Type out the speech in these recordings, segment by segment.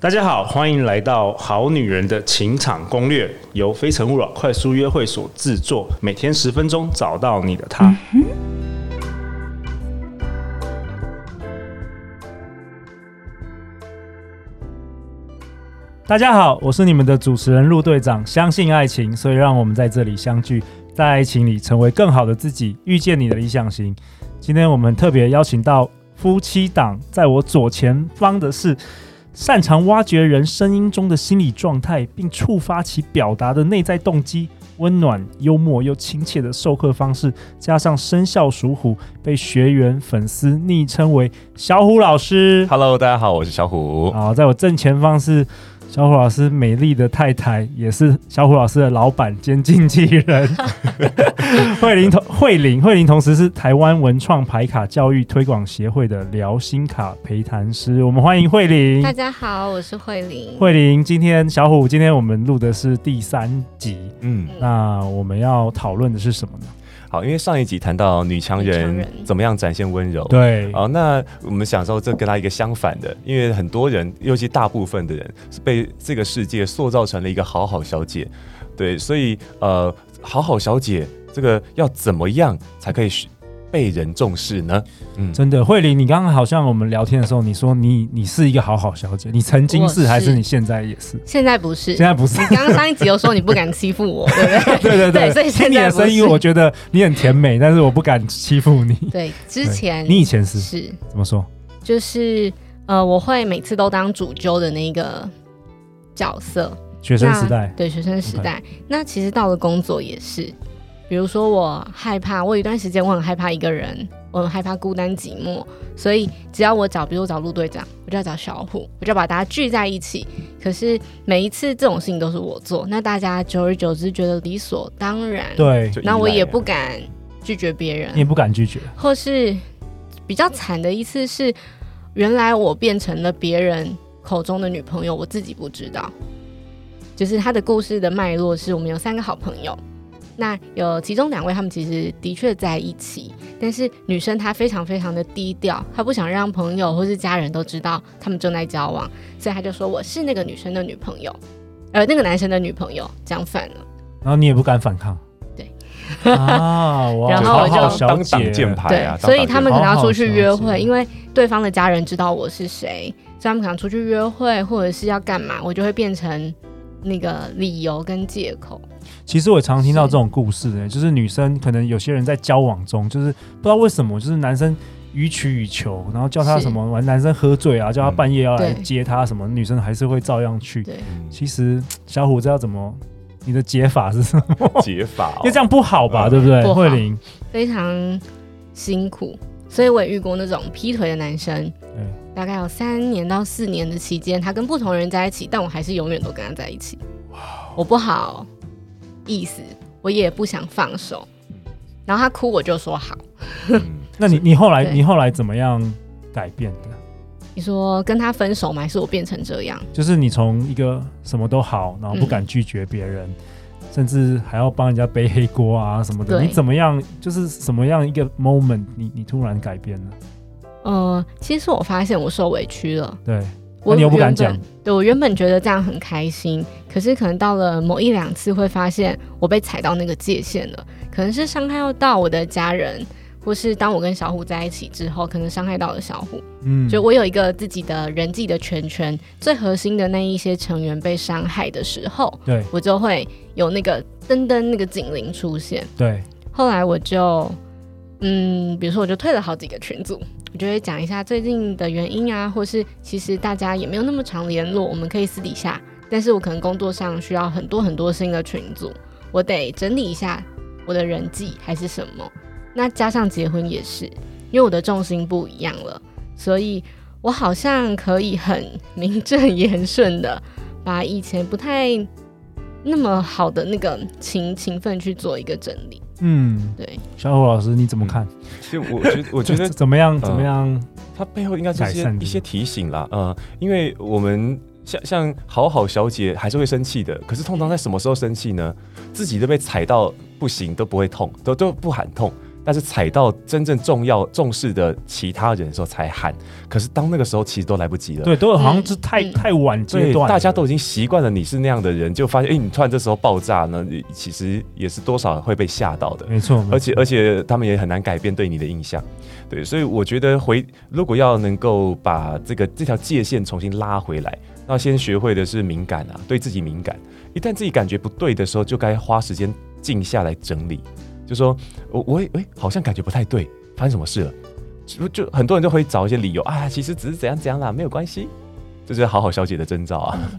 大家好，欢迎来到《好女人的情场攻略》，由非诚勿扰快速约会所制作，每天十分钟，找到你的他。大家好，我是你们的主持人陆队长。相信爱情，所以让我们在这里相聚，在爱情里成为更好的自己，遇见你的理想型。今天我们特别邀请到夫妻档，在我左前方的是擅长挖掘人声音中的心理状态，并触发其表达的内在动机。温暖、幽默又亲切的授课方式，加上生肖属虎，被学员粉丝昵称为“小虎老师”。 Hello，大家好，我是小虎。好，啊在我正前方是小虎老师美丽的太太，也是小虎老师的老板兼经纪人 慧玲同慧玲慧玲，同时是台湾文创牌卡教育推广协会的聊心卡陪谈师。我们欢迎慧玲大。家好，我是慧玲。嗯慧玲，今天小虎，今天我们录的是第三集，嗯，那我们要讨论的是什么呢？好，因为上一集谈到女强女强人人怎么样展现温柔，，对，好，那我们想说这跟她一个相反的，因为很多人，尤其大部分的人是被这个世界塑造成了一个好好小姐，对，所以呃，好好小姐这个要怎么样才可以被人重视呢？嗯，真的，慧玲，你刚刚好像我们聊天的时候，你说你你是一个好好小姐，你曾经我是还是是你现在也是？现在不是，现在不是你刚刚上一集有说你不敢欺负我，对不 对？ 对对对，对所以听现你在的不是声音，我觉得你很甜美，但是我不敢欺负你。对，之前你以前是是怎么说？就是呃，我会每次都当主揪的那个角色，学生时代那，对学生时代。那其实到了工作也是，比如说我害怕，我有一段时间我很害怕一个人，我很害怕孤单寂寞，所以只要我找，比如我找陆队长，我就要找小虎，我就要把大家聚在一起。可是每一次这种事情都是我做，那大家久而久之觉得理所当然，对，就依赖那我也啊不敢拒绝别人你，也不敢拒绝。或是比较惨的一次是，原来我变成了别人口中的女朋友，我自己不知道。就是他的故事的脉络是我们有三个好朋友，那有其中两位他们其实的确在一起，但是女生她非常非常的低调，她不想让朋友或是家人都知道他们正在交往，所以她就说我是那个女生的女朋友，呃，那个男生的女朋友，讲反了。然后你也不敢反抗。对。 啊，哇然后我就好好小当姐挡箭牌对啊，，当哦所以挡他箭们牌可能要出去约好好小会，姐因为对方的家人知道我是谁，所以他们可能出去约会或者是要干嘛，我就会变成那个理由跟借口。其实我常听到这种故事、欸，就是女生可能有些人在交往中，就是不知道为什么，就是男生予取予求，然后叫他是什么，玩男生喝醉啊，叫他嗯半夜要来对接他什么，女生还是会照样去。对，嗯其实小虎知道怎么，你的解法是什么？解法哦因为这样不好吧，嗯对不对？不好慧玲，非常辛苦，所以我也遇过那种劈腿的男生，对嗯大概有三年到四年的期间，他跟不同人在一起，但我还是永远都跟他在一起。哦我不好意思，我也不想放手，然后他哭我就说好。嗯那你你后来对你后来怎么样改变的？你说跟他分手吗？还是我变成这样？就是你从一个什么都好，然后不敢拒绝别人，甚至还要帮人家背黑锅啊什么的，对你怎么样？就是什么样一个 moment，你你突然改变了？呃，其实我发现我受委屈了，对，那我啊你又不敢原讲本，对我原本觉得这样很开心，可是可能到了某一两次，会发现我被踩到那个界限了，可能是伤害到我的家人，或是当我跟小虎在一起之后，可能伤害到了小虎。嗯，就我有一个自己的人际的圈圈，最核心的那一些成员被伤害的时候，对我就会有那个噔噔那个警铃出现。对，后来我就，嗯，比如说我就退了好几个群组，我就会讲一下最近的原因啊，或是其实大家也没有那么常联络，我们可以私底下，但是我可能工作上需要很多很多新的群组，我得整理一下我的人际还是什么。那加上结婚也是，因为我的重心不一样了，所以我好像可以很名正言顺的把以前不太那么好的那个情情分去做一个整理。嗯，对，小虎老师你怎么看？其实我觉得我觉这得怎么样？嗯怎么样？它背后应该就是一改善些的一些提醒啦，呃，因为我们像像好好小姐还是会生气的，可是通常在什么时候生气呢？自己都被踩到不行都不会痛，都都不喊痛，但是踩到真正重要重视的其他人的时候才喊。可是当那个时候其实都来不及了。对，都好像是太、嗯嗯太晚阶对，段了，大家都已经习惯了你是那样的人，就发现哎、诶你突然这时候爆炸呢，你其实也是多少会被吓到的。没错，没错而且而且他们也很难改变对你的印象，对，所以我觉得回如果要能够把这个这条界限重新拉回来，那先学会的是敏感啊，对自己敏感。一旦自己感觉不对的时候，就该花时间静下来整理，就说我我诶、好像感觉不太对，发生什么事了？就就很多人就会找一些理由啊，其实只是怎样怎样啦，没有关系，这就是好好小姐的征兆啊。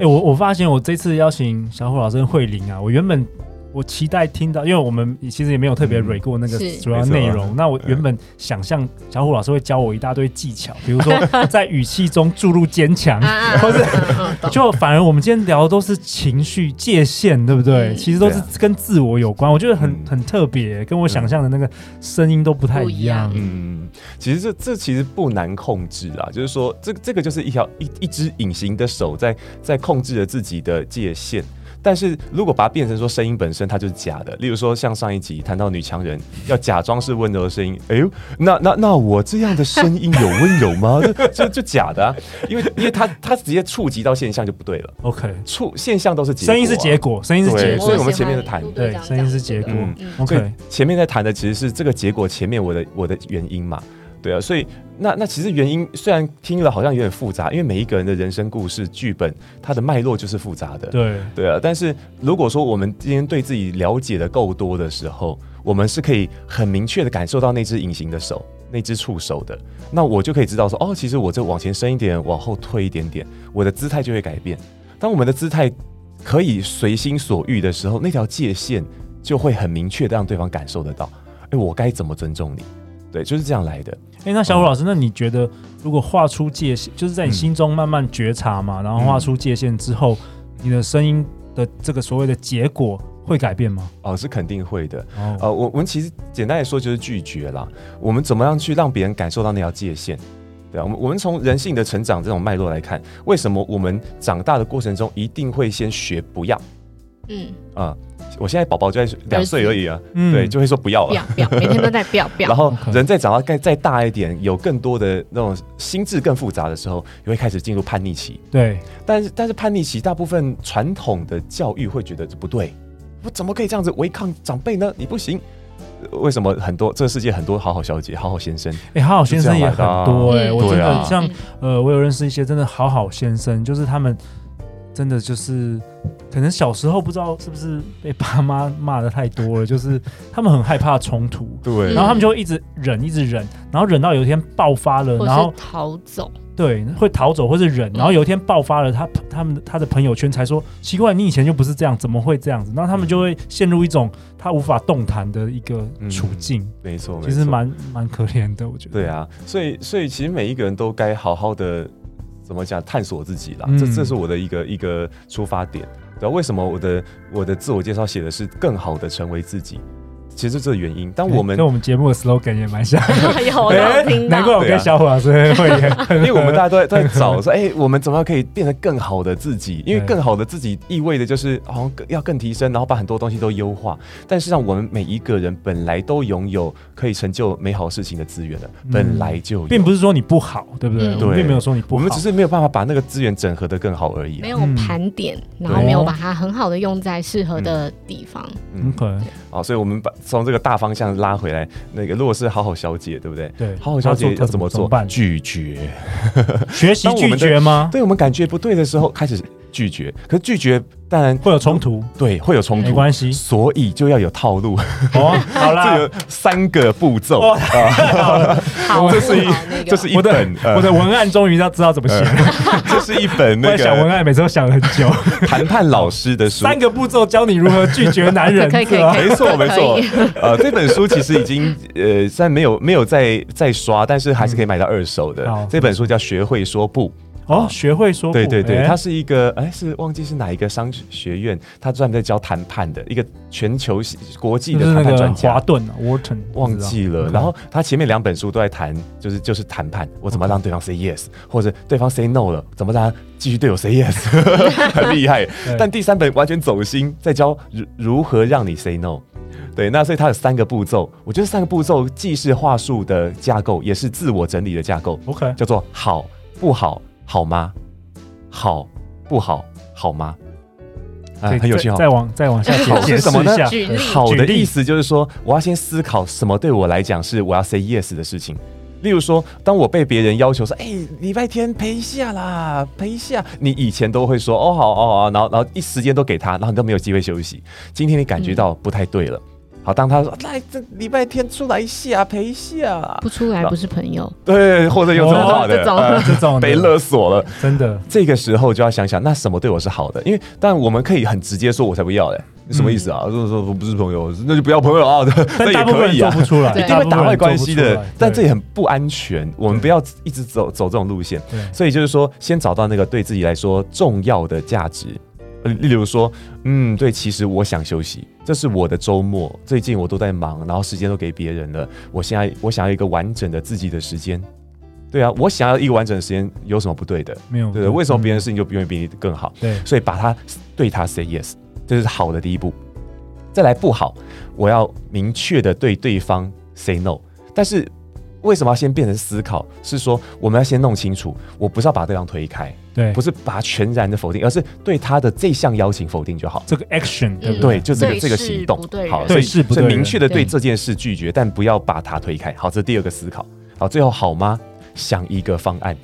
哎、我我发现我这次邀请小虎老师跟慧玲啊，我原本我期待听到，因为我们其实也没有特别嗯蕊过那个是主要没错啊哎内容。那我原本想象小虎老师会教我一大堆技巧，比如 说在语气中注入坚强啊，啊，或是嗯 嗯就反而我们今天聊的都是情绪界限，对不对？嗯其实都是对啊跟自我有关，我觉得很嗯很特别，跟我想象的那个声音都不太一样不一。样嗯，其实这这其实不难控制啊，就是说这这个就是一条一一只隐形的手在在控制着自己的界限。但是如果把它变成说声音本身，它就是假的。例如说，像上一集谈到女强人要假装是温柔的声音，哎呦，那那那我这样的声音有温柔吗？ 这这就假的啊，因为因为它它直接触及到现象就不对了， OK，触现象都是结果啊、声音是结果，声音是结对嗯果，所以我们前面的谈我喜欢陆队对，长声音是结果讲的。嗯嗯 OK，所以前面在谈的其实是这个结果前面我的我的原因嘛，对啊，所以那那其实原因虽然听了好像有点复杂，因为每一个人的人生故事剧本它的脉络就是复杂的，对。对啊，但是如果说我们今天对自己了解的够多的时候，我们是可以很明确的感受到那只隐形的手，那只触手的，那我就可以知道说，哦，其实我这往前伸一点，往后退一点点，我的姿态就会改变。当我们的姿态可以随心所欲的时候，那条界限就会很明确的让对方感受得到，哎，我该怎么尊重你？对，就是这样来的。哎、那小虎老师，那你觉得如果画出界限，就是在你心中慢慢觉察嗯嘛，然后画出界限之后，你的声音的这个所谓的结果会改变吗？哦，是肯定会的。哦，呃，我我们其实简单来说就是拒绝啦。我们怎么样去让别人感受到那条界限？对啊，我们我们从人性的成长这种脉络来看，为什么我们长大的过程中一定会先学不要嗯，啊、我现在宝宝就在两岁而已啊，嗯对，就会说不要不了。要不要，每天都在不要不要。 然后 OK 人再长到再再大一点，有更多的那种心智更复杂的时候，也会开始进入叛逆期。对，但是但是叛逆期，大部分传统的教育会觉得这不对，我怎么可以这样子违抗长辈呢？你不行。呃为什么很多这个世界很多好好小姐、好好先生？哎、好好先生也很多就这样来哎、的啊我真对的啊像、嗯呃，我有认识一些真的好好先生，就是他们真的就是可能小时候不知道是不是被爸妈骂的太 多了，就是他们很害怕冲突，对然后他们就一直忍，一直忍，然后忍到有一天爆发了，或然后是逃走，对，会逃走或是嗯忍，然后有一天爆发了，他他们他的朋友圈才说奇怪，你以前就不是这样，怎么会这样子？然后他们就会陷入一种他无法动弹的一个处境，没错，嗯没错其实蛮蛮可怜的，我觉得。对，啊。所以所以其实每一个人都该好好的怎么讲探索自己啦。嗯这这是我的一个一个出发点。然后为什么我的我的自我介绍写的是更好的成为自己？其实这个原因，当我们哎啊跟我们节目的 slogan 也蛮像，有 我有听难怪到。我跟小虎老师会演，因为我们大家都在都在 找说，哎、我们怎么样可以变得更好的自己？因为更好的自己意味着就是好像更要更提升，然后把很多东西都优化。但事实上，我们每一个人本来都拥有可以成就美好事情的资源的，嗯本来就有。并不是说你不好，对不对？嗯我们对并没有说你不好，我们只是没有办法把那个资源整合的更好而已、没啊。有嗯盘点，然后没有把它很好的用在适合的地方。嗯， OK，好，所以我们把从这个大方向拉回来。那个，如果是好好小姐，对不对？对，好好小姐要怎么怎么做？办？拒绝。学习当我拒们的绝 吗？对我们感觉不对的时候，开始拒绝。可是拒绝当然会有冲突，对会有冲没突，关系。所以就要有套 路。哦，好啦， 这有三个步骤，哦 好，这是一好那个这是 一我的本，呃我的文案终于要知道怎么写了。 这是一本我在那想文个案，每次都想很 久。谈判老师的书。三个步骤教你如何拒绝男人， 可以可以是吧可以 没错，没错可以。 呃，这本书其实已经呃，虽然没有没有在在刷，但是还是可以买到二手的嗯好。这本书叫《学会说不》，哦，学会说不对对对，哎它是一个哎，是忘记是哪一个商学院，它专门在教谈判的一个全球国际就的是那谈判个专家华。顿啊 Wharton，忘记不知了。道嗯然后他前面两本书都在谈，就是就是谈判，我怎么让对方 say yes，或者对方 say no 了，怎么让他继续对我 say yes，很厉害 对。但第三本完全走心，在教如如何让你 say no。对，那所以它有三个步骤，我觉得三个步骤既是话术的架构，也是自我整理的架构， OK，叫做好不好好吗？好不好好吗？啊，可以很有再趣哈、再往再往下好解解是释什么一呢下，举例好举的例意思就是说，我要先思考什么对我来讲是我要 say yes 的事情。例如说，当我被别人要求说：“哎、礼拜天陪一下啦，陪一下。”你以前都会说：“哦，好，哦，好啊。”然后，然后一时间都给他，然后你都没有机会休息。今天你感嗯觉到不太对了。好，当他说：“来，这礼拜天出来一下，陪一下。不出来不是朋友，”对，或者用这种话嗯哦这的， 种呃这种的被勒索了。真的这个时候就要想想，那什么对我是好的？因为但我们可以很直接说，我才不要嘞、你什么意思啊？说说、我不是朋友，那就不要朋友啊，那但大也部分可人以做啊。不出来，对一定会打坏关大系部分人的做不出来，但这也对很不安全。我们对不要一直走走这种路线，对所以就是说，先找到那个对自己来说重要的价值。呃例如说，嗯，对，其实我想休息，这是我的周末，最近我都在忙，然后时间都给别人了。我现在我想要一个完整的自己的时间。对啊，我想要一个完整的时间，有什么不对的？没有对的，为什么别人嗯的事情就永远比你更好？对所以把它对他 say yes，这是好的第一步。再来不好，我要明确的对对方 say no。但是为什么要先变成思考？是说我们要先弄清楚，我不是要把对方推开，对不是把他全然的否定，而是对他的这项邀请否定就好。这个 action 对不嗯对，就这个对这个事行动不对，人好，对所以事不所以对明人确的对对这件事拒绝，但不要把它推开。好，这是第二个思考。好，最后好吗？想一个方案，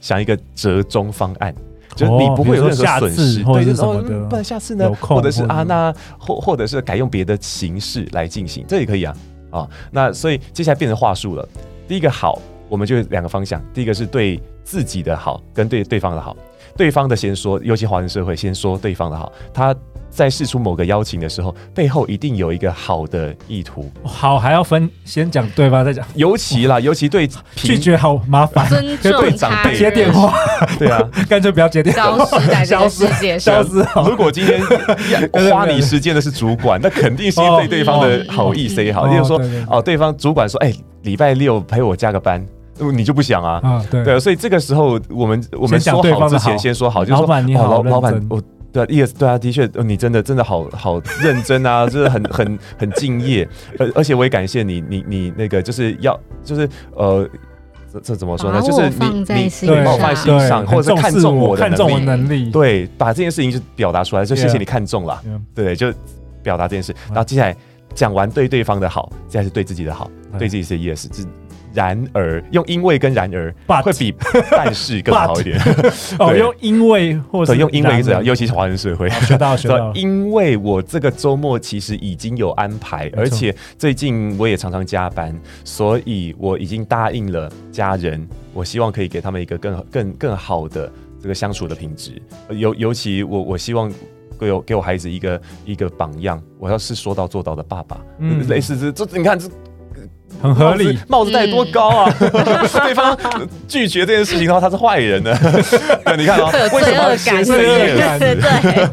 想一个折中方案，就是你哦不会有比如说任何下损次失，或者对，就是什么哦的嗯不然下次呢有，空或者是或者啊，是那或或者是改用别的形式来进行，这也可以啊。啊，那所以接下来变成话术了。第一个好，我们就有两个方向，第一个是对自己的好，跟对对方的好。对方的先说，尤其华人社会先说对方的好，他在试出某个邀请的时候，背后一定有一个好的意图。好还要分先讲对方再讲尤其啦，尤其对拒平绝好麻烦，尊就重对长他辈人接电话，对啊， 干脆不要接电消话，失在这消个失世界消上。失好了如果 今天对花你时间的是主管，那肯定是对对方的好意 say 好，哦例如说对对对哦，对方主管说，哎，礼拜六陪我加个班，嗯你就不想啊？ 啊，对对，所以这个时候我们我们先讲说对方好的之好前，先说好，就是说老板你好哦老老认板真我。对啊，yes，对啊，的确，呃你真的真的好好认真啊， 就是很很很敬业，而而且我也感谢你，你你那个就是要就是呃，这这怎么说呢？把就我是放你在你心你对把我放在心对上，很或者是看重视中我的看能重力我，能力，对，把这件事情就表达出来，就谢对谢啊你看中了，嗯对，就表达这件事。嗯然后接下来讲完对对方的好，接下来是对自己的好，嗯对自己是 yes，是然而用因为跟然而 But 会比 但是更好一点，哦，对用因为或者对，用因为这样，用尤其是华人社会。，啊学到学到 因为我这个周末其实已经有安排，错而且最近我也常常加班，所以我已经答应了家人，我希望可以给他们一个更更更好的这个相处的品质。呃尤尤其我我希望。给我给我孩子一个一个榜样，我要是说到做到的爸爸，嗯类似这这你看这很合理，帽子帽子戴多高 啊！对方拒绝这件事情的话，他是坏人呢。 对，你看啊、会有为什罪么恶要感，先罪 say 恶 yes？感对对，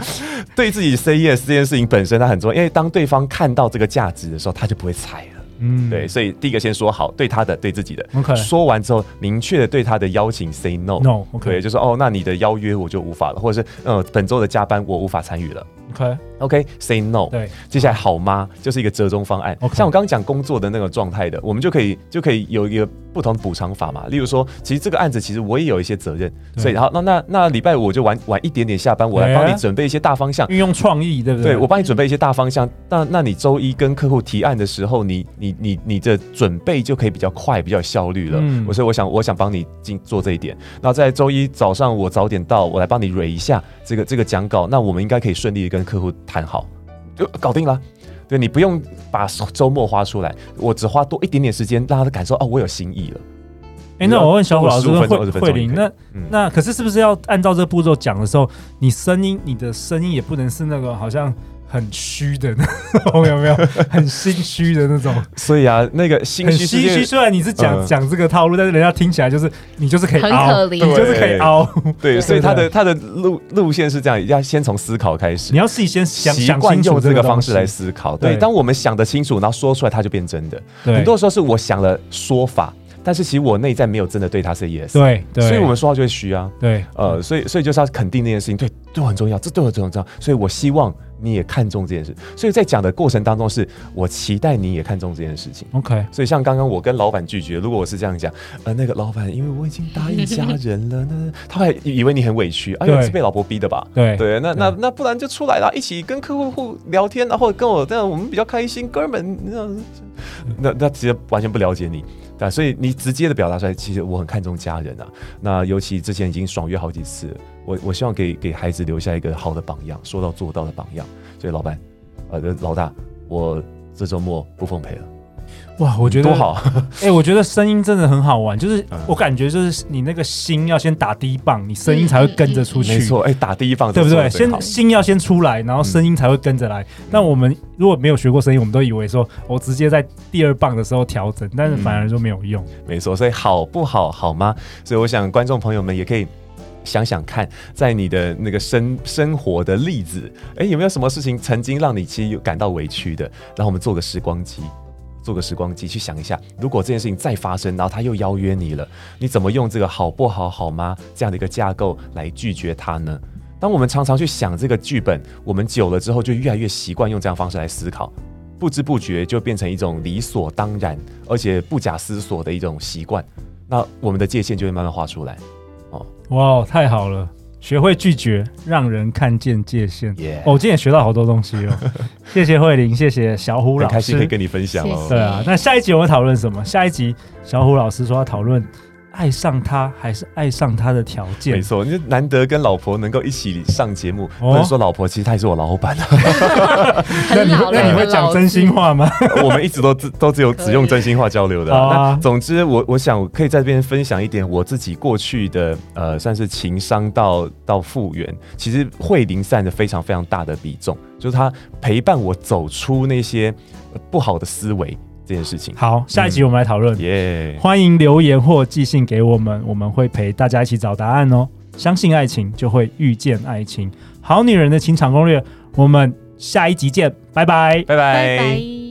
对自己 say yes 这件事情本身它很重要，因为当对方看到这个价值的时候，他就不会猜了。嗯，对，所以第一个先说好，对他的，对自己的。 ，OK 说完之后，明确的对他的邀请 say no。 no 对， OK 就说哦，那你的邀约我就无法了，或者是呃，本周的加班我无法参与了。 OK OK，say、no。对接下来好吗？就是一个折中方案。 OK 像我刚刚讲工作的那个状态的，我们就可以就可以有一个不同补偿法嘛。例如说，其实这个案子其实我也有一些责任，对所以然后那那那礼拜五我就晚晚一点点下班，我来帮哎你准备一些大方向。运用创意对不对，对？我帮你准备一些大方向。那那你周一跟客户提案的时候，你你你你的准备就可以比较快，比较有效率了。嗯我所以我想我想帮你进做这一点。那在周一早上我早点到，我来帮你蕊一下这个这个讲稿，那我们应该可以顺利的跟客户谈好，就搞定了。对你不用把周末花出来，我只花多一点点时间，让他感受哦，我有心意了。哎、那我问小虎老师15跟分钟慧20分钟慧也玲，可以那、嗯那可是是不是要按照这步骤讲的时候，你声音你的声音也不能是那个好像很虚的那种， 有没有？很心虚的那种，所以啊，那个心很虚是心虚。虽然你是讲嗯讲、这个套路，但是人家听起来就是你就是可以很凹，可你怜就是可以对凹。对，所以他对的他的路路线是这样，要先从思考开始你。要自己先想习想惯清楚用这个个方式来东西，思考。对对，当我们想得清楚，然后说出来，它就变真的。对很多时候是我想了说法，但是其实我内在没有真的对它 say yes。，对对，嗯所以我们说话就会虚啊。对呃，所以所以就是要肯定那件事情，对对我很重要，这对我很重要。所以我希望你也看重这件事。所以在讲的过程当中是，我期待你也看重这件事情。 OK，所以像刚刚我跟老板拒绝，如果我是这样讲，呃，那个老板，因为我已经答应家人了，那他还以为你很委屈，哎呦，对是被老婆逼的吧？对对，那那那不然就出来啦，一起跟客户互聊天，然后跟我这样，我们比较开心，哥们，那那那其实完全不了解你。啊，所以你直接的表达出来，其实我很看重家人啊。那尤其之前已经爽约好几次了，我我希望给给孩子留下一个好的榜样，说到做到的榜样。所以老板，呃，老大，我这周末不奉陪了，哇，我觉得多好。哎、我觉得声音真的很好玩，就是嗯我感觉就是你那个心要先打第一棒，你声音才会跟着出去，没错，哎、打第一棒对不这对？是最好先心要先出来，然后声音才会跟着来。但我们如果没有学过声音，我们都以为说我直接在第二棒的时候调整，但是反而就没有用。没错，所以好不好好吗？所以我想观众朋友们也可以。想想看，在你的那个生生活的例子，哎，有没有什么事情曾经让你其实有感到委屈的？然后我们做个时光机，做个时光机去想一下，如果这件事情再发生，然后他又邀约你了，你怎么用这个好不好好吗这样的一个架构来拒绝他呢？当我们常常去想这个剧本，我们久了之后就越来越习惯用这样方式来思考，不知不觉就变成一种理所当然，而且不假思索的一种习惯。那我们的界限就会慢慢画出来。哇，太好了！学会拒绝，让人看见界限。耶、哦，我今天也学到好多东西 哦，谢谢慧玲，谢谢小虎很老开心可以师。跟你分享哦谢。对啊，那下一集我们讨论什么？下一集小虎老师说要讨论爱上他还是爱上他的条没件。错，你就难得跟老婆能够一起上节目，哦不能说老婆，其实她也是我老板 啊。那很你老了，那你会很老讲真心字，话吗？我们一直都只都只有可以只用真心话交流的好啊啊。那总之，我我想我可以在这边分享一点我自己过去的呃，算是情商到到复原，其实慧玲占着非常非常大的比重，就是她陪伴我走出那些呃不好的思维这件事情。好，下一集我们来讨论。耶、欢迎留言或寄信给我们，我们会陪大家一起找答案哦。相信爱情，就会遇见爱情。好女人的情场攻略，我们下一集见，拜拜。拜拜拜。